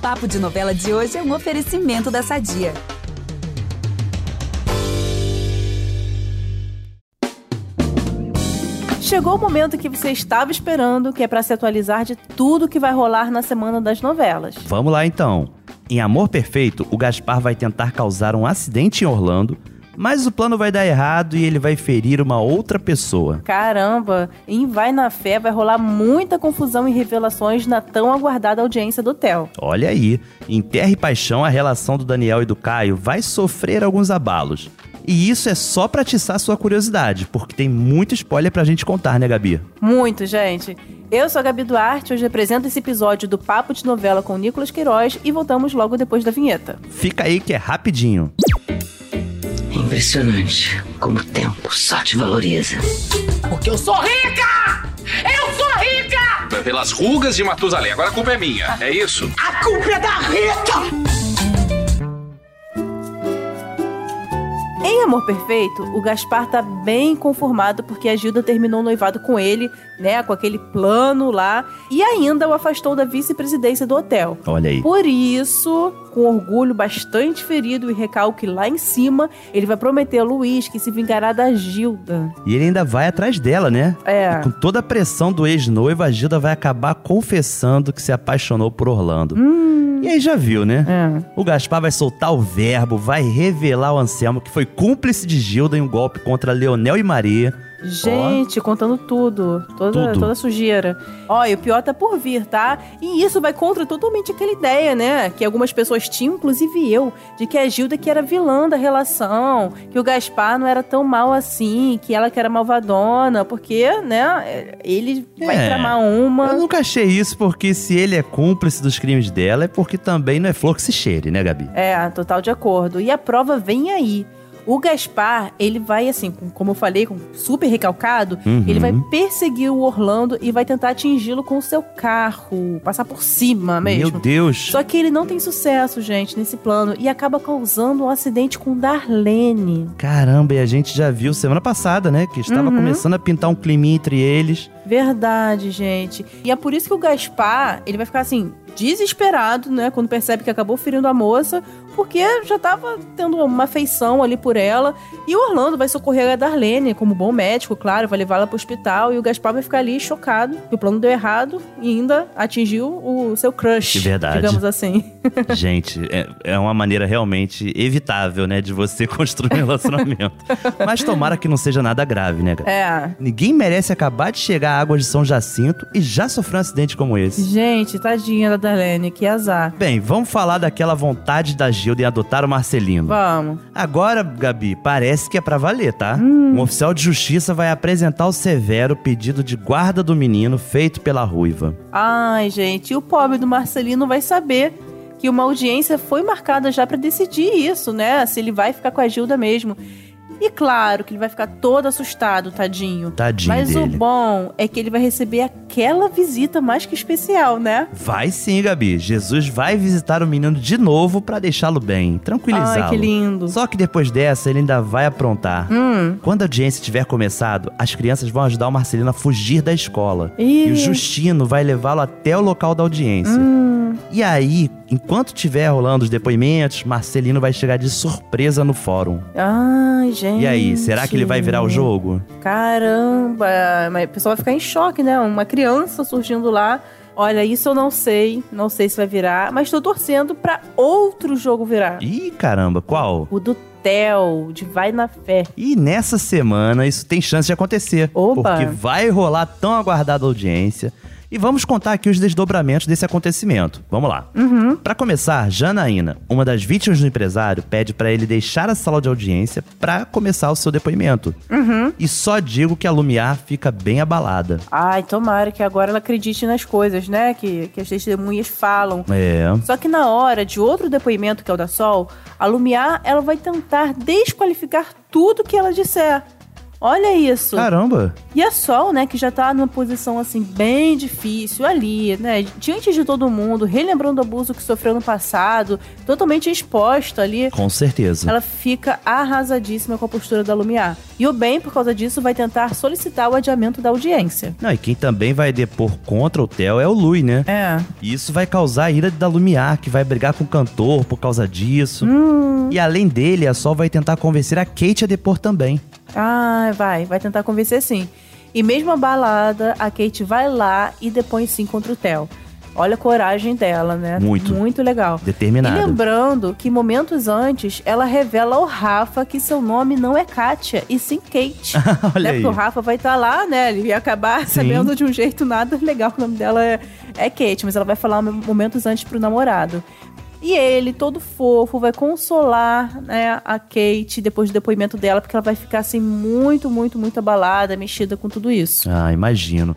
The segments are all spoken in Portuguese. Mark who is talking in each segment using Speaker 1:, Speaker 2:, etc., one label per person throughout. Speaker 1: Papo de Novela de hoje é um oferecimento da Sadia.
Speaker 2: Chegou o momento que você estava esperando, que é para se atualizar de tudo que vai rolar na semana das novelas.
Speaker 3: Vamos lá então. Em Amor Perfeito, o Gaspar vai tentar causar um acidente em Orlando, mas o plano vai dar errado e ele vai ferir uma outra pessoa.
Speaker 2: Caramba, em Vai na Fé vai rolar muita confusão e revelações na tão aguardada audiência do Theo.
Speaker 3: Olha aí, em Terra e Paixão, a relação do Daniel e do Caio vai sofrer alguns abalos. E isso é só pra atiçar sua curiosidade, porque tem muito spoiler pra gente contar, né, Gabi?
Speaker 2: Muito, gente. Eu sou a Gabi Duarte, hoje represento esse episódio do Papo de Novela com Nicolas Queiroz e voltamos logo depois da vinheta.
Speaker 3: Fica aí que é rapidinho.
Speaker 4: Impressionante como o tempo só te valoriza.
Speaker 5: Porque eu sou rica! Eu sou rica!
Speaker 6: Pelas rugas de Matusalém, agora a culpa é minha, é isso?
Speaker 5: A culpa é da Rita!
Speaker 2: Em Amor Perfeito, o Gaspar tá bem conformado porque a Gilda terminou o noivado com ele, né, com aquele plano lá, e ainda o afastou da vice-presidência do hotel.
Speaker 3: Olha aí.
Speaker 2: Por isso, com orgulho bastante ferido e recalque lá em cima, ele vai prometer a Luiz que se vingará da Gilda.
Speaker 3: E ele ainda vai atrás dela, né?
Speaker 2: É.
Speaker 3: E com toda a pressão do ex-noivo, a Gilda vai acabar confessando que se apaixonou por Orlando. E aí já viu, né?
Speaker 2: É.
Speaker 3: O Gaspar vai soltar o verbo, vai revelar ao Anselmo que foi cúmplice de Gilda em um golpe contra Leonel e Maria.
Speaker 2: Gente, contando tudo. Toda,
Speaker 3: Tudo.
Speaker 2: toda sujeira. Ó, e o pior tá por vir, tá? E isso vai contra totalmente aquela ideia, né? Que algumas pessoas tinham, inclusive eu, de que a Gilda que era vilã da relação, que o Gaspar não era tão mal assim, que ela que era malvadona, porque, né? Ele vai
Speaker 3: É.
Speaker 2: tramar uma.
Speaker 3: Eu nunca achei isso porque se ele é cúmplice dos crimes dela, é porque também não é flor que se cheire, né, Gabi?
Speaker 2: É, total de acordo. E a prova vem aí. O Gaspar, ele vai, assim, com- como eu falei, com super recalcado,
Speaker 3: Uhum.
Speaker 2: ele vai perseguir o Orlando e vai tentar atingi-lo com o seu carro, passar por cima mesmo.
Speaker 3: Meu Deus.
Speaker 2: Só que ele não tem sucesso, gente, nesse plano e acaba causando um acidente com Darlene.
Speaker 3: Caramba, e a gente já viu semana passada, né? Que estava
Speaker 2: Uhum.
Speaker 3: começando a pintar um clima entre eles.
Speaker 2: Verdade, gente. E é por isso que o Gaspar, ele vai ficar assim, desesperado, né? Quando percebe que acabou ferindo a moça, porque já tava tendo uma afeição ali por ela. E o Orlando vai socorrer a Darlene, como bom médico, claro, vai levá-la pro hospital. E o Gaspar vai ficar ali chocado, que o plano deu errado e ainda atingiu o seu crush.
Speaker 3: De verdade.
Speaker 2: Digamos assim.
Speaker 3: Gente, é, é uma maneira realmente evitável, né? De você construir um relacionamento. Mas tomara que não seja nada grave, né, Gabi?
Speaker 2: É.
Speaker 3: Ninguém merece acabar de chegar à Águas de São Jacinto e já sofrer um acidente como esse.
Speaker 2: Gente, tadinha da Darlene, que azar.
Speaker 3: Bem, vamos falar daquela vontade da Gilda em adotar o Marcelino.
Speaker 2: Vamos.
Speaker 3: Agora, Gabi, parece que é pra valer, tá?
Speaker 2: Hum.
Speaker 3: Um oficial de justiça vai apresentar ao Severo o pedido de guarda do menino feito pela ruiva.
Speaker 2: Ai, gente, e o pobre do Marcelino vai saber que uma audiência foi marcada já pra decidir isso, né? Se ele vai ficar com a Gilda mesmo. E claro que ele vai ficar todo assustado, tadinho.
Speaker 3: Tadinho
Speaker 2: Mas o
Speaker 3: dele.
Speaker 2: bom é que ele vai receber aquela visita mais que especial, né?
Speaker 3: Vai sim, Gabi. Jesus vai visitar o menino de novo pra deixá-lo bem, tranquilizá-lo.
Speaker 2: Ai, que lindo.
Speaker 3: Só que depois dessa, ele ainda vai aprontar.
Speaker 2: Hum.
Speaker 3: Quando a audiência tiver começado, as crianças vão ajudar o Marcelino a fugir da escola.
Speaker 2: Ih. Hum.
Speaker 3: E o Justino vai levá-lo até o local da audiência. E aí, enquanto tiver rolando os depoimentos, Marcelino vai chegar de surpresa no fórum.
Speaker 2: Ai, gente.
Speaker 3: E aí, será que ele vai virar o jogo?
Speaker 2: Caramba! Mas o pessoal vai ficar em choque, né? Uma criança surgindo lá. Olha, isso eu não sei. Não sei se vai virar. Mas tô torcendo pra outro jogo virar.
Speaker 3: Ih, caramba, qual?
Speaker 2: O do Theo, de Vai na Fé.
Speaker 3: E nessa semana isso tem chance de acontecer.
Speaker 2: Opa!
Speaker 3: Porque vai rolar tão aguardada audiência. E vamos contar aqui os desdobramentos desse acontecimento. Vamos lá.
Speaker 2: Hum.
Speaker 3: Pra começar, Janaína, uma das vítimas do empresário, pede pra ele deixar a sala de audiência pra começar o seu depoimento. E só digo que a Lumiar fica bem abalada.
Speaker 2: Ai, tomara que agora ela acredite nas coisas, né? Que, que as testemunhas falam.
Speaker 3: É.
Speaker 2: Só que na hora de outro depoimento, que é o da Sol, a Lumiar, ela vai tentar desqualificar tudo que ela disser. Olha isso.
Speaker 3: Caramba.
Speaker 2: E a Sol, né, que já tá numa posição assim bem difícil ali, né, diante de todo mundo, relembrando o abuso que sofreu no passado, totalmente exposta ali.
Speaker 3: Com certeza.
Speaker 2: Ela fica arrasadíssima com a postura da Lumiar. E o bem, por causa disso, vai tentar solicitar o adiamento da audiência.
Speaker 3: Não, e quem também vai depor contra o Theo é o Lui, né?
Speaker 2: É.
Speaker 3: E isso vai causar a ira da Lumiar, que vai brigar com o cantor por causa disso. E além dele, a Sol vai tentar convencer a Kate a depor também.
Speaker 2: Ah, vai, vai tentar convencer sim. E mesmo abalada, a Kate vai lá e depõe sim contra o Theo. Olha a coragem dela, né?
Speaker 3: Muito.
Speaker 2: Muito legal.
Speaker 3: Determinada.
Speaker 2: E lembrando que momentos antes, ela revela ao Rafa que seu nome não é Kátia, e sim Kate.
Speaker 3: Olha
Speaker 2: né?
Speaker 3: aí.
Speaker 2: Porque o Rafa vai estar lá, né? Ele ia acabar sabendo de um jeito nada legal. que O nome dela é, é Kate, mas ela vai falar momentos antes pro namorado. E ele, todo fofo, vai consolar né, a Kate depois do depoimento dela, porque ela vai ficar assim muito, muito, muito abalada, mexida com tudo isso.
Speaker 3: Ah, imagino.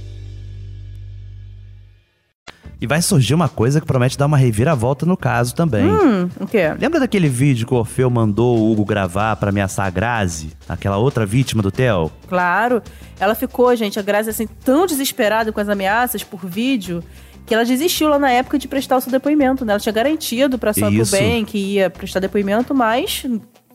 Speaker 3: E vai surgir uma coisa que promete dar uma reviravolta no caso também.
Speaker 2: Hum, o quê?
Speaker 3: Lembra daquele vídeo que o Orfeu mandou o Hugo gravar pra ameaçar a Grazi? Aquela outra vítima do Theo?
Speaker 2: Claro. Ela ficou, gente, a Grazi, assim, tão desesperada com as ameaças por vídeo que ela desistiu lá na época de prestar o seu depoimento, né? Ela tinha garantido pra sua pro
Speaker 3: Isso.
Speaker 2: bem que ia prestar depoimento, mas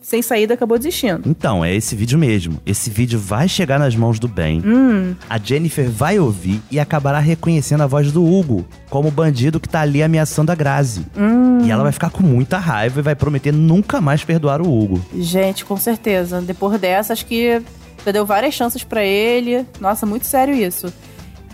Speaker 2: sem saída acabou desistindo.
Speaker 3: Então, é esse vídeo mesmo. Esse vídeo vai chegar nas mãos do Ben.
Speaker 2: Hum.
Speaker 3: A Jennifer vai ouvir e acabará reconhecendo a voz do Hugo como o bandido que tá ali ameaçando a Grazi.
Speaker 2: Hum.
Speaker 3: E ela vai ficar com muita raiva e vai prometer nunca mais perdoar o Hugo.
Speaker 2: Gente, com certeza. Depois dessa, acho que já deu várias chances pra ele. Nossa, muito sério isso.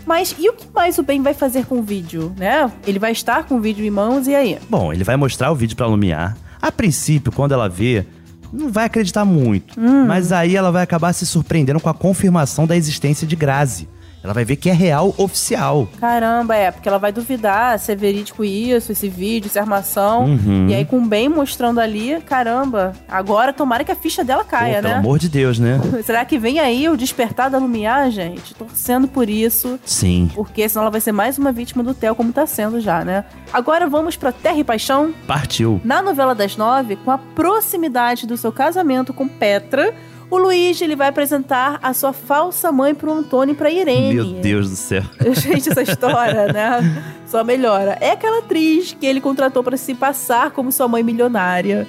Speaker 2: Mas e o que mais o Ben vai fazer com o vídeo, né? Ele vai estar com o vídeo em mãos e aí?
Speaker 3: Bom, ele vai mostrar o vídeo pra Lumiar. A princípio, quando ela vê, não vai acreditar muito.
Speaker 2: Hum.
Speaker 3: Mas aí ela vai acabar se surpreendendo com a confirmação da existência de Grazi. Ela vai ver que é real oficial.
Speaker 2: Caramba, é, porque ela vai duvidar se é verídico isso, esse vídeo, se é armação.
Speaker 3: Uhum.
Speaker 2: E aí, com o Ben mostrando ali, caramba, agora tomara que a ficha dela caia,
Speaker 3: Pô, pelo
Speaker 2: né?
Speaker 3: amor de Deus, né?
Speaker 2: Será que vem aí o despertar da Lumiar, gente? Torcendo por isso.
Speaker 3: Sim.
Speaker 2: Porque senão ela vai ser mais uma vítima do Theo, como tá sendo já, né? Agora vamos pra Terra e Paixão.
Speaker 3: Partiu.
Speaker 2: Na novela das nove, com a proximidade do seu casamento com Petra, o Luigi ele vai apresentar a sua falsa mãe pro Antônio e pra Irene.
Speaker 3: Meu Deus do céu.
Speaker 2: Gente, essa história, né? Só melhora. É aquela atriz que ele contratou pra se passar como sua mãe milionária.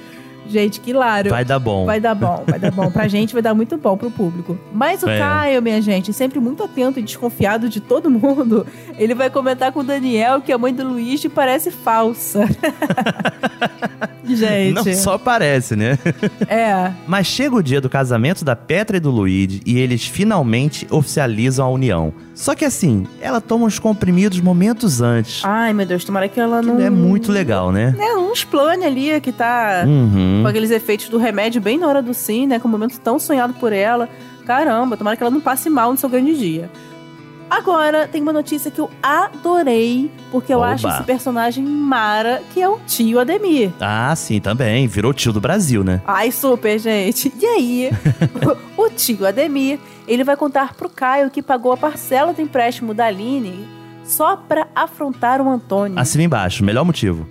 Speaker 2: Gente, que hilário.
Speaker 3: Vai dar bom.
Speaker 2: Vai dar bom, vai dar bom. Pra gente vai dar muito bom pro público. Mas o
Speaker 3: É.
Speaker 2: Caio, minha gente, sempre muito atento e desconfiado de todo mundo, ele vai comentar com o Daniel que a mãe do Luigi parece falsa. gente.
Speaker 3: Não só parece, né?
Speaker 2: É.
Speaker 3: Mas chega o dia do casamento da Petra e do Luigi e eles finalmente oficializam a união. Só que assim, ela toma uns comprimidos momentos antes.
Speaker 2: Ai, meu Deus, tomara que ela
Speaker 3: que
Speaker 2: Ah, não.
Speaker 3: não é muito legal, né?
Speaker 2: É, uns planos ali que tá.
Speaker 3: Uhum.
Speaker 2: com aqueles efeitos do remédio bem na hora do sim, né? Com o momento tão sonhado por ela. Caramba, tomara que ela não passe mal no seu grande dia. Agora, tem uma notícia que eu adorei, porque eu
Speaker 3: Oba.
Speaker 2: acho esse personagem mara, que é o tio Ademir.
Speaker 3: Ah, sim, também. Virou tio do Brasil, né?
Speaker 2: Ai, super, gente. E aí, o tio Ademir, ele vai contar pro Caio que pagou a parcela do empréstimo da Aline só pra afrontar o Antônio.
Speaker 3: Assina embaixo, melhor motivo.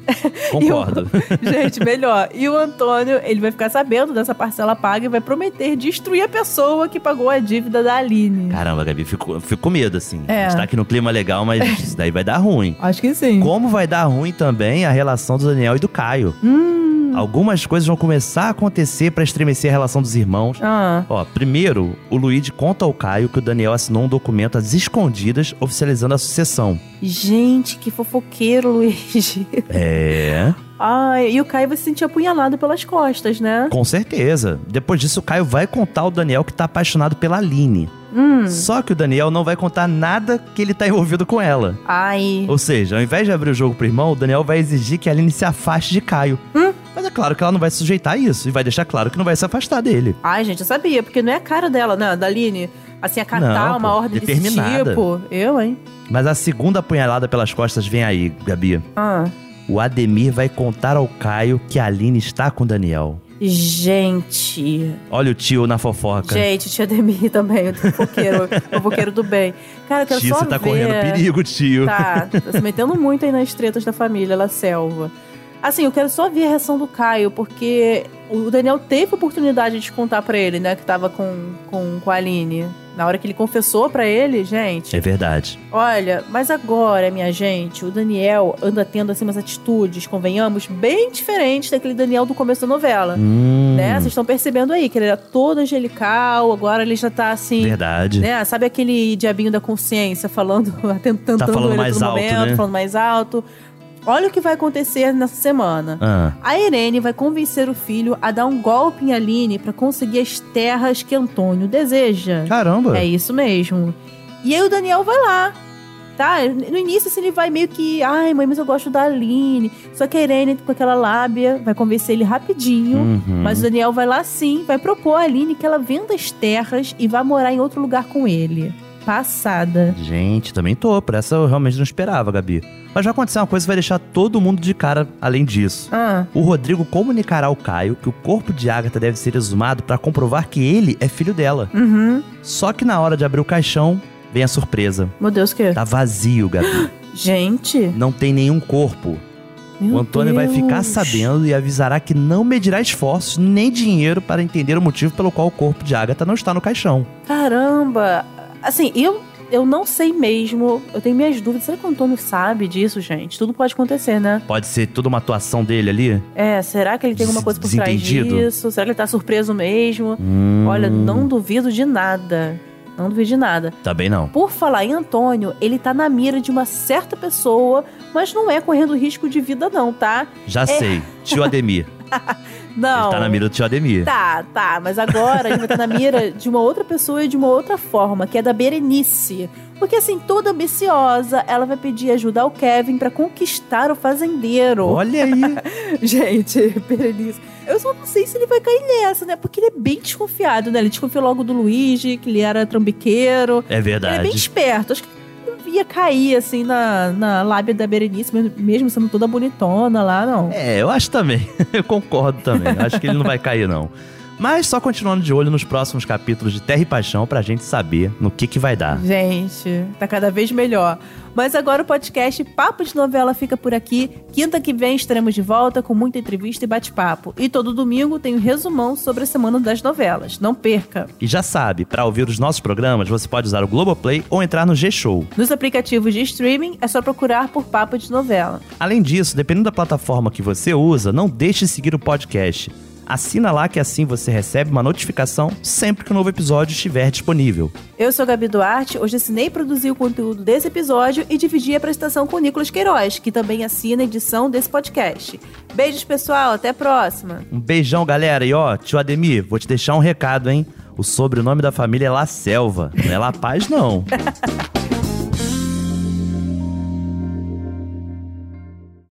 Speaker 3: Concordo.
Speaker 2: Gente, melhor. E o Antônio, ele vai ficar sabendo dessa parcela paga e vai prometer destruir a pessoa que pagou a dívida da Aline.
Speaker 3: Caramba, Gabi, fico, fico com medo, assim.
Speaker 2: É.
Speaker 3: A gente tá aqui no clima legal, mas isso daí vai dar ruim.
Speaker 2: Acho que sim.
Speaker 3: Como vai dar ruim também a relação do Daniel e do Caio.
Speaker 2: Hum.
Speaker 3: Algumas coisas vão começar a acontecer pra estremecer a relação dos irmãos.
Speaker 2: Ah,
Speaker 3: Ó, primeiro, o Luigi conta ao Caio que o Daniel assinou um documento às escondidas oficializando a sucessão.
Speaker 2: gente, que fofoqueiro, Luigi.
Speaker 3: É,
Speaker 2: Ai, e o Caio vai se sentir apunhalado pelas costas, né?
Speaker 3: com certeza. Depois disso, o Caio vai contar ao Daniel que tá apaixonado pela Aline.
Speaker 2: Hum.
Speaker 3: Só que o Daniel não vai contar nada que ele tá envolvido com ela.
Speaker 2: Ai.
Speaker 3: Ou seja, ao invés de abrir o jogo pro irmão, o Daniel vai exigir que a Aline se afaste de Caio. Mas é claro que ela não vai se sujeitar a isso e vai deixar claro que não vai se afastar dele.
Speaker 2: Ai, gente, eu sabia, porque não é a cara dela, né, da Aline. Assim, acatar
Speaker 3: Não,
Speaker 2: uma
Speaker 3: pô,
Speaker 2: ordem
Speaker 3: determinada.
Speaker 2: desse tipo. Eu, hein?
Speaker 3: Mas a segunda apunhalada pelas costas vem aí, Gabi.
Speaker 2: Ah.
Speaker 3: O Ademir vai contar ao Caio que a Aline está com o Daniel.
Speaker 2: Gente.
Speaker 3: Olha o tio na fofoca.
Speaker 2: Gente, tia Demi também, o fofoqueiro, o fofoqueiro do bem. Cara, eu quero
Speaker 3: tio,
Speaker 2: só
Speaker 3: você tá
Speaker 2: ver...
Speaker 3: correndo perigo, tio.
Speaker 2: Tá, tá se metendo muito aí nas tretas da família, La Selva. Assim, eu quero só ver a reação do Caio, porque o Daniel teve oportunidade de contar pra ele, né, que tava com, com, com a Aline. Na hora que ele confessou pra ele, gente.
Speaker 3: É verdade.
Speaker 2: Olha, mas agora, minha gente, o Daniel anda tendo assim umas atitudes, convenhamos, bem diferentes daquele Daniel do começo da novela.
Speaker 3: Hum,
Speaker 2: Né? Vocês estão percebendo aí que ele era todo angelical, agora ele já tá assim.
Speaker 3: verdade.
Speaker 2: Né? Sabe aquele diabinho da consciência falando, tentando
Speaker 3: Tá falando mais alto,
Speaker 2: momento,
Speaker 3: né?
Speaker 2: falando mais alto. Olha o que vai acontecer nessa semana.
Speaker 3: Ah,
Speaker 2: A Irene vai convencer o filho a dar um golpe em Aline pra conseguir as terras que Antônio deseja.
Speaker 3: caramba.
Speaker 2: É isso mesmo. E aí o Daniel vai lá. Tá? No início, assim, ele vai meio que. Ai, mãe, mas eu gosto da Aline. Só que a Irene, com aquela lábia, vai convencer ele rapidinho.
Speaker 3: Uhum.
Speaker 2: Mas o Daniel vai lá sim, vai propor a Aline que ela venda as terras e vá morar em outro lugar com ele. Passada.
Speaker 3: Gente, também tô. Pra essa eu realmente não esperava, Gabi. Mas vai acontecer uma coisa que vai deixar todo mundo de cara além disso.
Speaker 2: Ah,
Speaker 3: O Rodrigo comunicará ao Caio que o corpo de Agatha deve ser exumado pra comprovar que ele é filho dela.
Speaker 2: uhum.
Speaker 3: Só que na hora de abrir o caixão, vem a surpresa.
Speaker 2: Meu Deus, o quê?
Speaker 3: Tá vazio, Gabi.
Speaker 2: Gente.
Speaker 3: Não tem nenhum corpo.
Speaker 2: meu
Speaker 3: o Antônio vai
Speaker 2: Deus.
Speaker 3: ficar sabendo e avisará que não medirá esforços nem dinheiro para entender o motivo pelo qual o corpo de Agatha não está no caixão.
Speaker 2: Caramba. Assim, eu, eu não sei mesmo. Eu tenho minhas dúvidas. Será que o Antônio sabe disso, gente? Tudo pode acontecer, né?
Speaker 3: Pode ser toda uma atuação dele ali?
Speaker 2: É, será que ele tem alguma
Speaker 3: Des-
Speaker 2: coisa por trás
Speaker 3: desentendido?
Speaker 2: disso? Será que ele tá surpreso mesmo?
Speaker 3: Hum,
Speaker 2: Olha, não duvido de nada. Não duvido de nada.
Speaker 3: Também não.
Speaker 2: Por falar em Antônio, ele tá na mira de uma certa pessoa, mas não é correndo risco de vida, não, tá?
Speaker 3: Já sei. Tio Ademir.
Speaker 2: Não.
Speaker 3: Ele tá na mira do tio Ademir.
Speaker 2: Tá, tá, mas agora ele vai estar na mira de uma outra pessoa e de uma outra forma, que é da Berenice. Porque assim, toda ambiciosa, ela vai pedir ajuda ao Kevin pra conquistar o fazendeiro.
Speaker 3: Olha aí. É
Speaker 2: é Gente, Berenice. Eu só não sei se ele vai cair nessa, né? Porque ele é bem desconfiado, né? Ele desconfiou logo do Luigi, que ele era trambiqueiro.
Speaker 3: É
Speaker 2: Ele é
Speaker 3: verdade.
Speaker 2: bem esperto. Acho que não ia cair, assim, na, na lábia da Berenice, mesmo- mesmo sendo toda bonitona lá, não.
Speaker 3: É, eu acho também. eu concordo também. Acho que ele não vai cair, não. Mas só continuando de olho nos próximos capítulos de Terra e Paixão pra gente saber no que que vai dar.
Speaker 2: Gente, tá cada vez melhor. Mas agora o podcast Papo de Novela fica por aqui. Quinta que vem estaremos de volta com muita entrevista e bate-papo. E todo domingo tem um resumão sobre a semana das novelas. Não perca!
Speaker 3: E já sabe, pra ouvir os nossos programas, você pode usar o Globoplay ou entrar no G-Show.
Speaker 2: Nos aplicativos de streaming é só procurar por Papo de Novela.
Speaker 3: Além disso, dependendo da plataforma que você usa, não deixe de seguir o podcast. Assina lá que assim você recebe uma notificação sempre que um novo episódio estiver disponível.
Speaker 2: Eu sou a Gabi Duarte, hoje assinei e produzi o conteúdo desse episódio e dividi a prestação com o Nicolas Queiroz, que também assina a edição desse podcast. Beijos, pessoal, até a próxima!
Speaker 3: Um beijão, galera. E ó, tio Ademir, vou te deixar um recado, hein? O sobrenome da família é La Selva, não é La Paz, não.